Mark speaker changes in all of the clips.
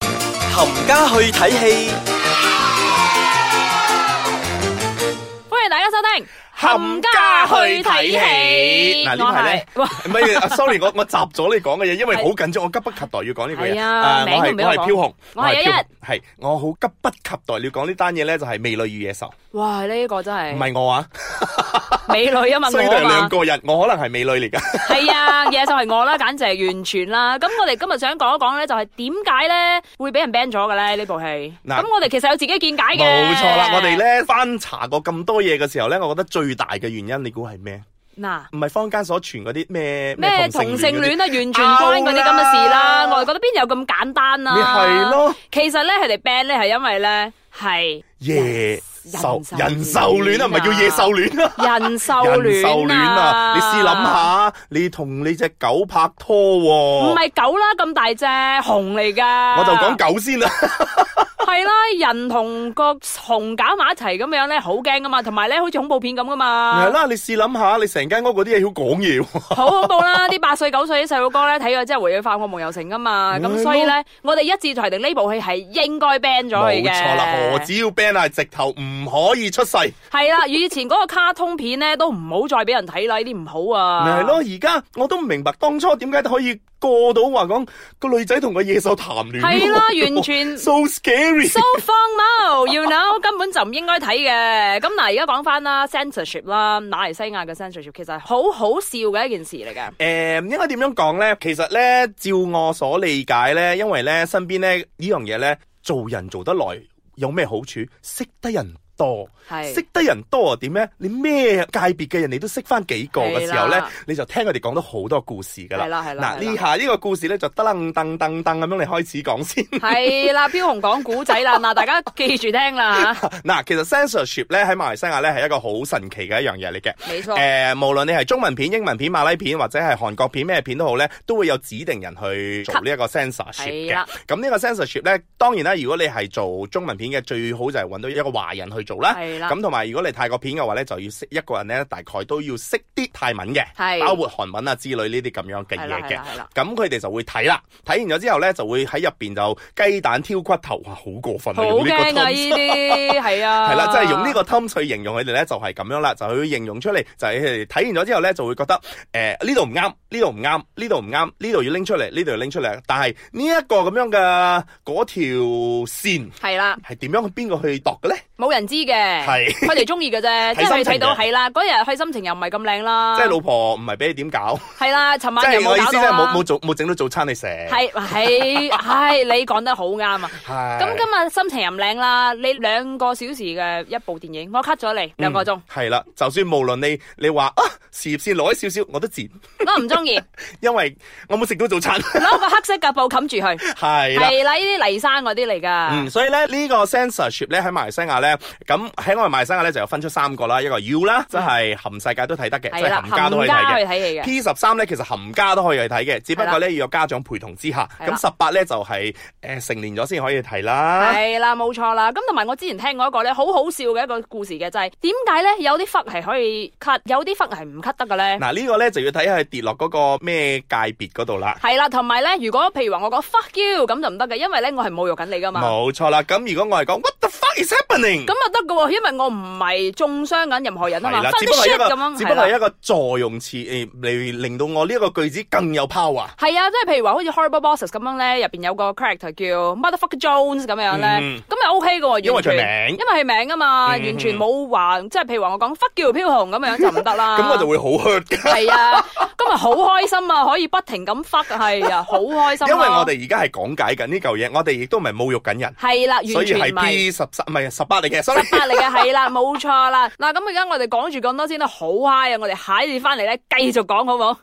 Speaker 1: 冚家去睇戲，
Speaker 2: 歡迎大家收聽《
Speaker 3: 冚家去睇戲
Speaker 2: 我
Speaker 3: 嗱
Speaker 2: 係
Speaker 3: 呢排咧
Speaker 2: 哇
Speaker 3: 唔係啊，sorry，我我閘咗你講嘅嘢，因為好緊張，我急不及待要講呢句嘢。
Speaker 2: 係啊
Speaker 3: 誒
Speaker 2: 名
Speaker 3: 我
Speaker 2: 都唔俾
Speaker 3: 係
Speaker 2: 我
Speaker 3: 我係
Speaker 2: 講
Speaker 3: 飄紅，
Speaker 2: 我係
Speaker 3: 飄
Speaker 2: 一一
Speaker 3: 紅，係我好急不及待要講呢單嘢咧，就係《美女與野獸》，
Speaker 2: 哇！呢個真係
Speaker 3: 唔係我啊，
Speaker 2: 美女啊嘛，
Speaker 3: 所以都係
Speaker 2: 我嘛
Speaker 3: 兩，個人，我可能係美女嚟㗎。
Speaker 2: 係啊，嘢就係我啦，簡直係完全啦。咁我哋今日想講一講咧，就係點解咧會俾人 ban 咗嘅咧呢部戲？
Speaker 3: 嗱
Speaker 2: 咁我哋其實有自己見解嘅。
Speaker 3: 冇錯啦，我哋咧翻查過咁多嘢嘅時候咧，我覺得最大嘅原因，你估係咩？
Speaker 2: 嗱。
Speaker 3: 唔係坊間所傳嗰啲咩
Speaker 2: 咩同性
Speaker 3: 嗰啲
Speaker 2: 戀啊，完全關嗰啲咁嘅事啦，
Speaker 3: out 啦
Speaker 2: 我哋覺得邊有咁簡單啊？
Speaker 3: 咪係咯，
Speaker 2: 其實咧佢哋 ban 咧係因為咧係
Speaker 3: 野
Speaker 2: 獸
Speaker 3: 獸人獸戀啊，唔係叫野獸戀啊。
Speaker 2: 人獸
Speaker 3: 人獸
Speaker 2: 戀
Speaker 3: 戀啊！你試諗。下，你同你只狗拍拖喎、
Speaker 2: 唔係狗啦，咁大隻熊嚟噶。
Speaker 3: 哦我就講狗先啦。
Speaker 2: 係啦，人同個熊搞埋一齊咁樣咧，好驚噶嘛，同埋咧好似恐怖片咁噶嘛。
Speaker 3: 係啦，你試諗下，你成間屋嗰啲嘢要講嘢喎。
Speaker 2: 好恐怖啦！ 啲八歲九歲啲細路哥咧睇咗之後回去發惡夢又成噶嘛，
Speaker 3: 係咯
Speaker 2: 咁所以咧，我哋一致裁定呢部戲係應該 ban 咗佢
Speaker 3: 冇
Speaker 2: 嘅。
Speaker 3: 錯啦，何止要 ban 啊，直頭唔可以出世。咪
Speaker 2: 係啦，以前嗰個卡通片咧都唔好再俾人睇啦，呢啲唔好啊。
Speaker 3: 係咯，而家我都唔明白當初點解可以過到話講個女仔同個野獸談戀愛。
Speaker 2: 係啦完全
Speaker 3: so scary。
Speaker 2: So 荒謬，you know，根本就唔應該睇嘅。咁嗱，而家講翻啦，censorship 啦，馬來西亞嘅 censorship 其實係好好笑嘅一件事嚟嘅。
Speaker 3: 誒、應該點樣講咧？其實咧，照我所理解咧，因為咧身邊咧呢樣嘢咧，做人做得耐有咩好處？識得人多，
Speaker 2: 係
Speaker 3: 識得人多啊點咧？你咩界別嘅人你都識翻幾個嘅時候
Speaker 2: 係
Speaker 3: 咧
Speaker 2: 啦，
Speaker 3: 你就聽佢哋講到好多故事㗎啦。
Speaker 2: 係啦係啦
Speaker 3: 嗱
Speaker 2: 係啦
Speaker 3: 呢下呢個故事咧就得楞噔噔噔咁樣，你開始講先。
Speaker 2: 係啦，飄紅講古仔啦， 嗱，大家記住聽啦吓，
Speaker 3: 嗱，其實 censorship 咧喺馬來西亞咧係一個好神奇嘅一樣嘢嚟嘅。
Speaker 2: 冇
Speaker 3: 誒、
Speaker 2: 錯，
Speaker 3: 無論你係中文片、英文片、馬拉片或者係韓國片咩片都好咧，都會有指定人去做呢一個 censorship
Speaker 2: 係
Speaker 3: 嘅
Speaker 2: 啦。
Speaker 3: 咁呢個 censorship 咧，當然啦，如果你係做中文片嘅，最好就係揾到一個華人去做啦。
Speaker 2: 係啦，
Speaker 3: 咁同埋如果你泰國片嘅話咧，就要識一個人咧，大概都要識啲泰文嘅，
Speaker 2: 係
Speaker 3: 包括韓文啊之類呢啲咁樣嘅
Speaker 2: 係啦
Speaker 3: 嘢
Speaker 2: 係
Speaker 3: 嘅
Speaker 2: 啦。係啦，
Speaker 3: 咁佢哋就會睇啦，睇完咗之後咧，就會喺入邊就雞蛋挑骨頭，哇，好過分啊！
Speaker 2: 好
Speaker 3: 用呢個
Speaker 2: 驚啊！
Speaker 3: terms
Speaker 2: 呢啲係啊，
Speaker 3: 係啦，即係用呢個 term 去形容佢哋咧，就係咁樣啦，就去形容出嚟，就係佢哋睇完咗之後咧，就會覺得誒呢度唔啱，呢度唔啱，呢度唔啱，呢度要拎出嚟，呢度要拎出嚟。但係呢一個咁樣嘅嗰條線
Speaker 2: 係啦，
Speaker 3: 係點樣去邊個去度嘅咧？
Speaker 2: 冇人知嘅，
Speaker 3: 係
Speaker 2: 佢哋中意嘅啫，即係佢哋睇到係啦，嗰日佢心情又唔係咁靚啦，
Speaker 3: 即係老婆唔係俾你點搞，
Speaker 2: 係啦，尋
Speaker 3: 即
Speaker 2: 晚又
Speaker 3: 係
Speaker 2: 冇
Speaker 3: 我意
Speaker 2: 啊搞
Speaker 3: 思，即
Speaker 2: 到
Speaker 3: 係冇
Speaker 2: 啦
Speaker 3: 冇，做冇整到早餐你食。係
Speaker 2: 係係係，你講得好啱啊！咁今日心情又唔靚啦，你兩個小時嘅一部電影，我 cut 咗你兩個鐘，
Speaker 3: 係啦，就算無論你你話啊事業線攞少少，我都賤，
Speaker 2: 我唔中 意，
Speaker 3: 因為我冇食到早餐。
Speaker 2: 攞個黑色嘅布冚住佢，
Speaker 3: 係啦。
Speaker 2: 係啦，呢啲泥山嗰啲嚟㗎，
Speaker 3: 嗯，所以咧呢、個 censorship 咧喺馬來西亞咧，咁喺我哋馬來西亞咧就有分出三個啦，一個 U 啦，即係含世界都睇得嘅，即
Speaker 2: 嗯係
Speaker 3: 係
Speaker 2: 啦，
Speaker 3: 含家都可以睇
Speaker 2: 家去
Speaker 3: 嘅。
Speaker 2: 睇戲嘅，
Speaker 3: P 十三咧其實含家都可以去睇嘅，只不過咧要有家長陪同之下。
Speaker 2: 係啦
Speaker 3: 咁十八咧就係、呃成年咗先可以睇啦。
Speaker 2: 係啦，冇錯啦。咁同埋我之前聽過一個咧好好笑嘅一個故事嘅，就係點解咧有啲忽係可以 cut，有啲忽係唔 cut 得嘅咧？
Speaker 3: 嗱呢個咧就要睇下佢跌落嗰個咩界別嗰度啦。
Speaker 2: 係啦，同埋咧，如果譬如話我講 fuck you 咁就唔得嘅，因為咧我係侮辱緊你㗎嘛。
Speaker 3: 冇錯啦，咁如果我係講 What the fuck is happening？
Speaker 2: 啊咁啊得嘅喎，因為我唔係中傷緊任何人啊嘛
Speaker 3: 係啦，，
Speaker 2: 分
Speaker 3: 只
Speaker 2: 啲
Speaker 3: 不過係
Speaker 2: shit
Speaker 3: 一
Speaker 2: 咁樣，
Speaker 3: 個只不過
Speaker 2: 係
Speaker 3: 係
Speaker 2: 啦
Speaker 3: 一個助用詞，誒嚟令到我呢一個句子更有 power。
Speaker 2: 係啊，即係譬如話好似 Horrible Bosses 咁樣咧，入邊有個 character 叫 Motherfucker Jones 咁樣咧
Speaker 3: 嗯，
Speaker 2: 咁係 OK 嘅喎，完全
Speaker 3: 因為佢名
Speaker 2: 因為佢名啊嘛，
Speaker 3: 嗯
Speaker 2: 完全冇話即係譬如話我講 fuck you 飄紅咁樣就唔得啦。
Speaker 3: 咁我就會好 hurt 㗎。
Speaker 2: 係啊，今日好開心啊，可以不停咁 fuck 係 啊，好開心啊。
Speaker 3: 因為我哋而家係講解緊呢嚿嘢，我哋亦都唔係侮辱緊人，
Speaker 2: 係啦，
Speaker 3: 所
Speaker 2: 完
Speaker 3: 以
Speaker 2: 全唔
Speaker 3: 係
Speaker 2: 係
Speaker 3: P 十三唔係十八嚟嘅，sorry。
Speaker 2: 八嚟嘅係啦，冇錯啦。嗱，咁而家我哋講住咁多先啦，好 high 啊！我哋下一次翻嚟咧，繼續講好冇？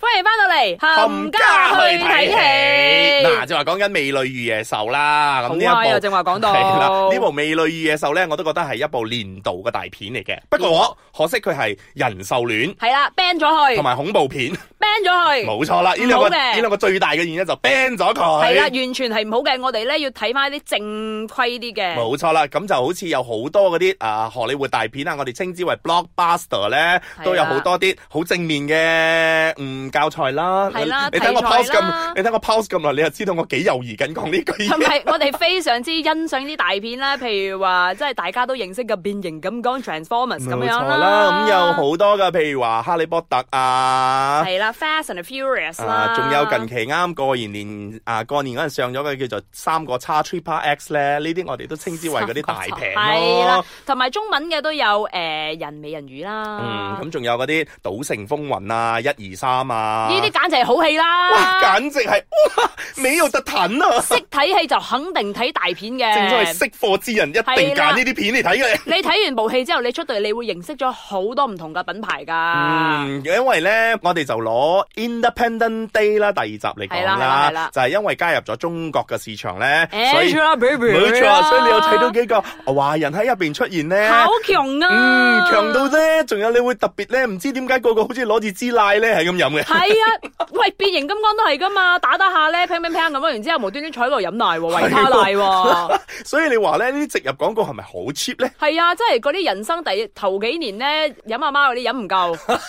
Speaker 2: 歡迎翻到嚟，冚家去睇戲。
Speaker 3: 嗱，就話講緊《美女與野獸》啦，咁
Speaker 2: 好
Speaker 3: 呢
Speaker 2: high 啊！
Speaker 3: 一部
Speaker 2: 正話講到
Speaker 3: 係啦，呢部《美女與野獸》咧，我都覺得係一部年度嘅大片嚟嘅。不過
Speaker 2: 嗯
Speaker 3: 我可惜佢係人獸戀
Speaker 2: 係啦，ban 咗佢
Speaker 3: 同埋恐怖片，
Speaker 2: ，ban 咗佢，
Speaker 3: 冇錯啦。呢兩
Speaker 2: 嗯唔好
Speaker 3: 個
Speaker 2: 嘅
Speaker 3: 呢兩個最大嘅原因就 ban 咗
Speaker 2: 係啦，
Speaker 3: 佢。
Speaker 2: 完全係唔好嘅。我哋咧要睇翻啲正規啲嘅，
Speaker 3: 冇錯啦，咁就好似有好多嗰啲啊荷里活大片啊，我哋稱之為 blockbuster 咧，都有好多啲好正面嘅嗯嗯教材啦，
Speaker 2: 係啦
Speaker 3: 你你睇我
Speaker 2: 題材
Speaker 3: pause
Speaker 2: 啦
Speaker 3: 咁，你睇我 pause 咁耐，你就知道我幾猶豫緊講呢句
Speaker 2: 同
Speaker 3: 嘢。
Speaker 2: 埋我哋非常之欣賞啲大片啦，譬如話即係大家都認識嘅變形金剛 Transformers 咁
Speaker 3: 冇
Speaker 2: 樣
Speaker 3: 錯啦，咁有好多噶，譬如話《哈利波特》啊，
Speaker 2: 係啦，Fast and Furious 啦，
Speaker 3: 啊，仲有近期啱過完年啊，過年嗰陣上咗嘅叫做《三個叉 Triple X》咧，呢啲我哋都稱之為嗰啲大平
Speaker 2: 係啦
Speaker 3: 咯。，
Speaker 2: 同埋中文嘅都有誒人美人魚
Speaker 3: 嗯，
Speaker 2: 啦，
Speaker 3: 咁仲有嗰啲《賭城風雲》啊，《一二三》啊，
Speaker 2: 呢啲簡直係好戲
Speaker 3: 哇，
Speaker 2: 啦。
Speaker 3: 簡直係哇，美有特騰啊！
Speaker 2: 識睇戲就肯定睇大片嘅，
Speaker 3: 正所謂識貨之人一定
Speaker 2: 係啦
Speaker 3: 揀呢啲片嚟睇嘅。
Speaker 2: 你睇完部戲之後，你出到嚟，你會認識咗好多唔同嘅品牌㗎。
Speaker 3: 嗯，因為咧，我哋就攞 Independent Day 啦，第二集嚟講
Speaker 2: 係啦係啦係啦
Speaker 3: 啦，就係因為加入咗中國嘅市場咧，所以
Speaker 2: Angelababy
Speaker 3: 冇
Speaker 2: 啊
Speaker 3: 錯，所以你有睇到幾個華人喺入邊出現咧。
Speaker 2: 好強啊！
Speaker 3: 嗯，強到咧，仲有你會特別咧，唔知點解個個好似攞住支奶咧，係咁飲嘅。
Speaker 2: 係啊，喂，變形金剛都係㗎嘛，打打下咧，砰砰砰咁樣，然之後無端端坐喺度飲奶喎，維他奶喎。
Speaker 3: 所以你話咧，呢啲植入廣告係咪好 cheap 咧？
Speaker 2: 係啊，即係嗰啲人生第頭幾年咧，飲阿媽嗰啲飲唔夠，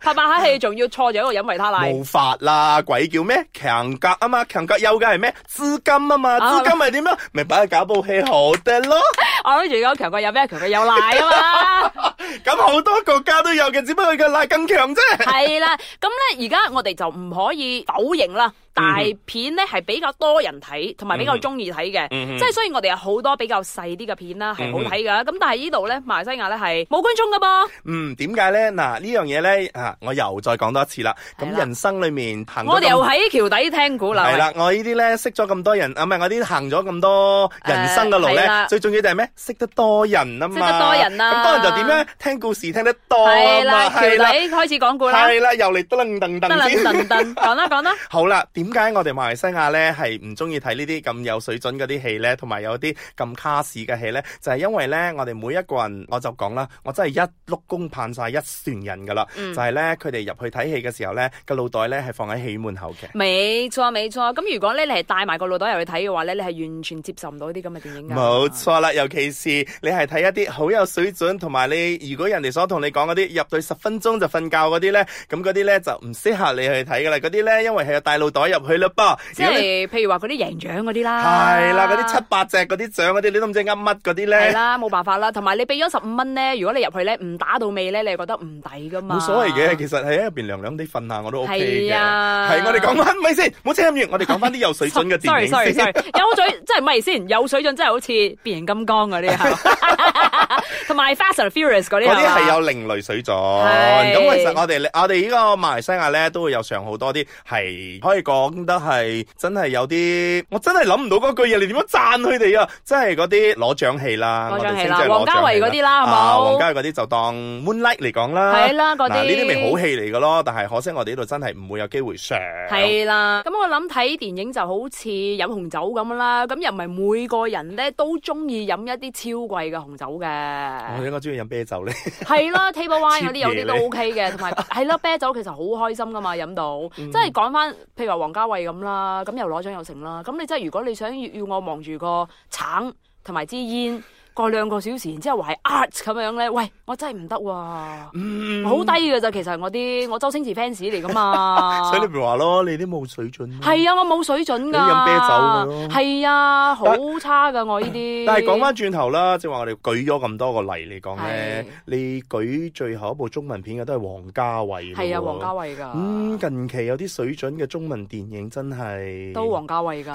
Speaker 2: 拍拍下戲仲要錯咗喺度飲維他奶。
Speaker 3: 冇法啦，鬼叫咩？強格啊嘛，強格有嘅係咩？資金啊嘛，
Speaker 2: 啊
Speaker 3: 資金係點樣？咪擺去搞部戲好得 咯。
Speaker 2: 我諗住講強國有咩強國有奶啊嘛。
Speaker 3: 咁好多國家都有嘅，只不過佢嘅奶更強啫。
Speaker 2: 系啦，咁咧而家我哋就唔可以否認啦，
Speaker 3: 嗯
Speaker 2: 大片咧係比較多人睇，同埋比較中意睇嘅，
Speaker 3: 嗯
Speaker 2: 即係所以我哋有好多比較細啲嘅片啦，係好睇噶。咁但係呢度咧，馬來西亞咧係冇觀眾噶噃，
Speaker 3: 嗯，點解咧？嗱，呢樣嘢咧，啊，我又再講多一次啦。咁
Speaker 2: 係啦
Speaker 3: 人生裏面行咗
Speaker 2: 我哋又
Speaker 3: 咁
Speaker 2: 喺橋底聽鼓樓。啊
Speaker 3: 係啦，我呢啲咧識咗咁多人，啊唔係我呢啲行咗咁多人生嘅路
Speaker 2: 誒係
Speaker 3: 咧
Speaker 2: 啦，
Speaker 3: 最重要就係咩？識得多人啊嘛，
Speaker 2: 識得多人啊
Speaker 3: 咁多人就點咧？聽故事聽得多啊
Speaker 2: 係
Speaker 3: 嘛，
Speaker 2: 啦，橋底
Speaker 3: 係啦，
Speaker 2: 開始講故啦，
Speaker 3: 係啦，又嚟得楞噔
Speaker 2: 得啦，
Speaker 3: 噔先。
Speaker 2: 噔噔，講啦講啦，
Speaker 3: 好啦，點解我哋馬來西亞咧係唔中意睇呢啲咁有水準嗰啲戲咧，同埋有啲咁卡士嘅戲咧？就係因為咧，我哋每一個人，我就講啦，我真係一碌公盼晒一船人噶啦，
Speaker 2: 嗯
Speaker 3: 就係咧佢哋入去睇戲嘅時候咧，個腦袋咧係放喺戲門口嘅。
Speaker 2: 冇錯冇錯。咁如果咧你係帶埋個腦袋入去睇嘅話咧，你係完全接受唔到呢啲咁嘅電影㗎。
Speaker 3: 冇錯啦，尤其是你係睇一啲好有水準，同埋你如果人哋所同你講嗰啲入到十分鐘就瞓覺嗰啲咧，咁嗰啲咧就唔適合你去睇噶啦。嗰啲咧因為係有帶腦袋入去啦噃，
Speaker 2: 即
Speaker 3: 如果你
Speaker 2: 係譬如話嗰啲贏獎嗰啲啦，
Speaker 3: 係啦，嗰啲七八隻嗰啲獎嗰啲，你都唔知噏乜嗰啲
Speaker 2: 係
Speaker 3: 咧，
Speaker 2: 啦，冇辦法啦。同埋你俾咗十五蚊咧，如果你入去咧唔打到尾咧，你係覺得唔抵噶嘛。
Speaker 3: 冇所謂嘅。其實喺入邊涼涼地瞓下我都 OK 嘅。
Speaker 2: 啊係啊
Speaker 3: 係我哋講翻咪先，唔好扯咁遠，我哋講翻啲有水準 嘅電
Speaker 2: sorry
Speaker 3: 影
Speaker 2: sorry
Speaker 3: 先。
Speaker 2: sorry，有水真係咪先？有水準真係好似變形金剛嗰啲啊，同埋 Fast and Furious 嗰啲啊
Speaker 3: 嗰啲
Speaker 2: 嘛
Speaker 3: 係有另類水準，
Speaker 2: 係
Speaker 3: 咁其實我哋我哋呢個馬來西亞咧都會有上好多啲係可以講得係真係有啲，我真係諗唔到嗰句嘢，你點樣讚佢哋啊？真係嗰啲攞獎戲啦，
Speaker 2: 攞獎戲啦
Speaker 3: 我哋稱之為攞獎
Speaker 2: 王家衞嗰啲啦好冇
Speaker 3: 啊王家衞嗰啲就當 Moonlight 嚟講啦，
Speaker 2: 係啦嗰啲
Speaker 3: 嗱呢啲咪好戲嚟嘅咯，但係可惜我哋呢度真係唔會有機會上，
Speaker 2: 係啦，咁我諗睇電影就好似飲紅酒咁啦，咁又唔係每個人咧都中意飲一啲超貴嘅紅酒嘅
Speaker 3: 我。應該中意飲啤酒咧。
Speaker 2: 係 啦，table wine 嗰啲有啲
Speaker 3: 切嘢
Speaker 2: 都
Speaker 3: 你
Speaker 2: OK 嘅， 同埋係啦，啤酒其實好開心噶嘛，飲到，
Speaker 3: 嗯
Speaker 2: 即係講翻，譬如話王家衛咁啦，咁又攞獎又成啦，咁你真係如果你想要要我望住個橙同埋支煙過兩個小時，然之後話係 art 咁樣咧，喂，我真係唔得喎，
Speaker 3: 嗯
Speaker 2: 好低㗎咋，其實我 啲我周星馳 fans 嚟噶嘛
Speaker 3: 所以。你咪話咯，你啲冇水準咯。
Speaker 2: 哦係啊，我冇水準㗎。
Speaker 3: 你飲啤酒㗎咯
Speaker 2: 係啊，好差㗎我呢啲。
Speaker 3: 但係講翻轉頭啦，即係話我哋舉咗咁多個例嚟講咧
Speaker 2: 係，
Speaker 3: 你舉最後一部中文片嘅都係王家衞。
Speaker 2: 係啊，王家。衛㗎。
Speaker 3: 嗯，近期有啲水準嘅中文電影真係
Speaker 2: 都王家衛㗎，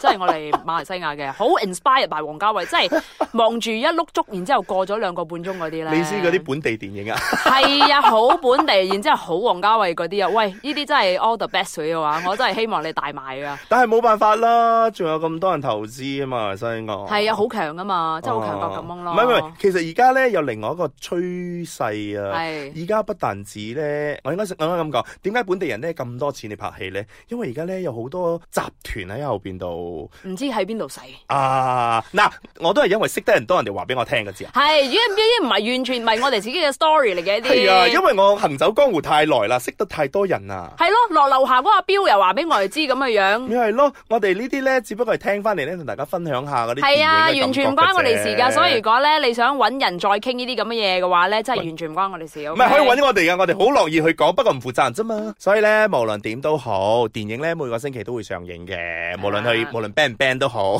Speaker 2: 即係我哋馬來西亞嘅，好 inspired by 王家衛，即係望住一碌竹，然之後過咗兩個半鐘嗰啲咧。
Speaker 3: 你知嗰啲本地電影啊？
Speaker 2: 係啊，好本地，然之後好王家衛嗰啲啊，喂，呢啲真係 all the best 嘅話，我真係希望你大賣㗎。
Speaker 3: 但係冇辦法啦，仲有咁多人投資啊嘛，西安。
Speaker 2: 係啊，好強啊嘛，即係好強國咁樣咯。
Speaker 3: 哦唔係唔係，其實而家咧有另外一個趨勢啊。
Speaker 2: 係
Speaker 3: 而家不但止咧，我應該我應該咁講，點解本地人咧咁多錢嚟拍戲咧？因為而家咧有好多集團喺後邊度
Speaker 2: 唔知喺邊度使？
Speaker 3: 啊！嗱，我都係因為識得人人當人哋話俾我聽嘅啫。啊
Speaker 2: 係，呢啲呢啲唔係完全唔係我哋自己嘅 story 嚟嘅呢啲。
Speaker 3: 係啊，因為我行走江湖太耐啦，識得太多人啦。
Speaker 2: 係咯，落樓下嗰個標又話俾我哋知咁嘅樣。
Speaker 3: 咪係咯，我哋呢啲咧，只不過係聽翻嚟咧，同大家分享下嗰啲
Speaker 2: 係啊，
Speaker 3: 電影嘅
Speaker 2: 完全唔
Speaker 3: 感覺
Speaker 2: 關我哋
Speaker 3: 嘅啫
Speaker 2: 事㗎。所以如果咧你想揾人再傾呢啲咁嘅嘢嘅話咧，真係完全唔關我哋事。
Speaker 3: 唔
Speaker 2: OK？
Speaker 3: 係可以揾我哋嘅，我哋好樂意去講，不過唔負責任啫嘛。所以咧，無論點都好，電影咧每個星期都會上映嘅，無論去
Speaker 2: 係啊
Speaker 3: 無論 band 唔 band 都好，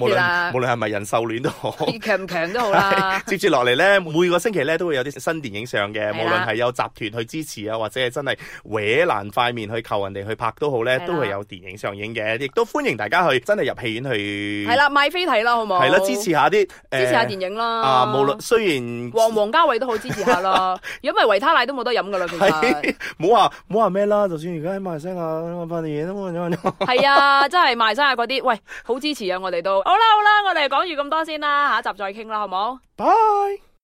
Speaker 3: 無
Speaker 2: 啦
Speaker 3: 論無論係咪人獸戀都好。。
Speaker 2: 強唔強都好啦
Speaker 3: 接住落嚟咧，每個星期咧都會有啲新電影上嘅，
Speaker 2: 係啦
Speaker 3: 無論係有集團去支持啊，或者係真係搲爛塊面去求人哋去拍都好咧
Speaker 2: 係，啦
Speaker 3: 都係有電影上映嘅，亦都歡迎大家去真 係入戲院去
Speaker 2: 係啦，買飛睇啦，好冇？
Speaker 3: 係啦，支持下啲
Speaker 2: 支持下電影啦。
Speaker 3: 啊，無論雖然
Speaker 2: 黃王家衞都好支持下 啦，如果唔係維他奶都冇得飲㗎啦，其實。
Speaker 3: 係冇話冇話咩啦，就算而家喺馬來西亞我拍電影都冇人
Speaker 2: 係啊，真係賣晒嗰啲，喂，好支持啊！我哋都好啦好啦，我哋講完咁多先啦，下一集再傾啦，好冇？
Speaker 3: 拜。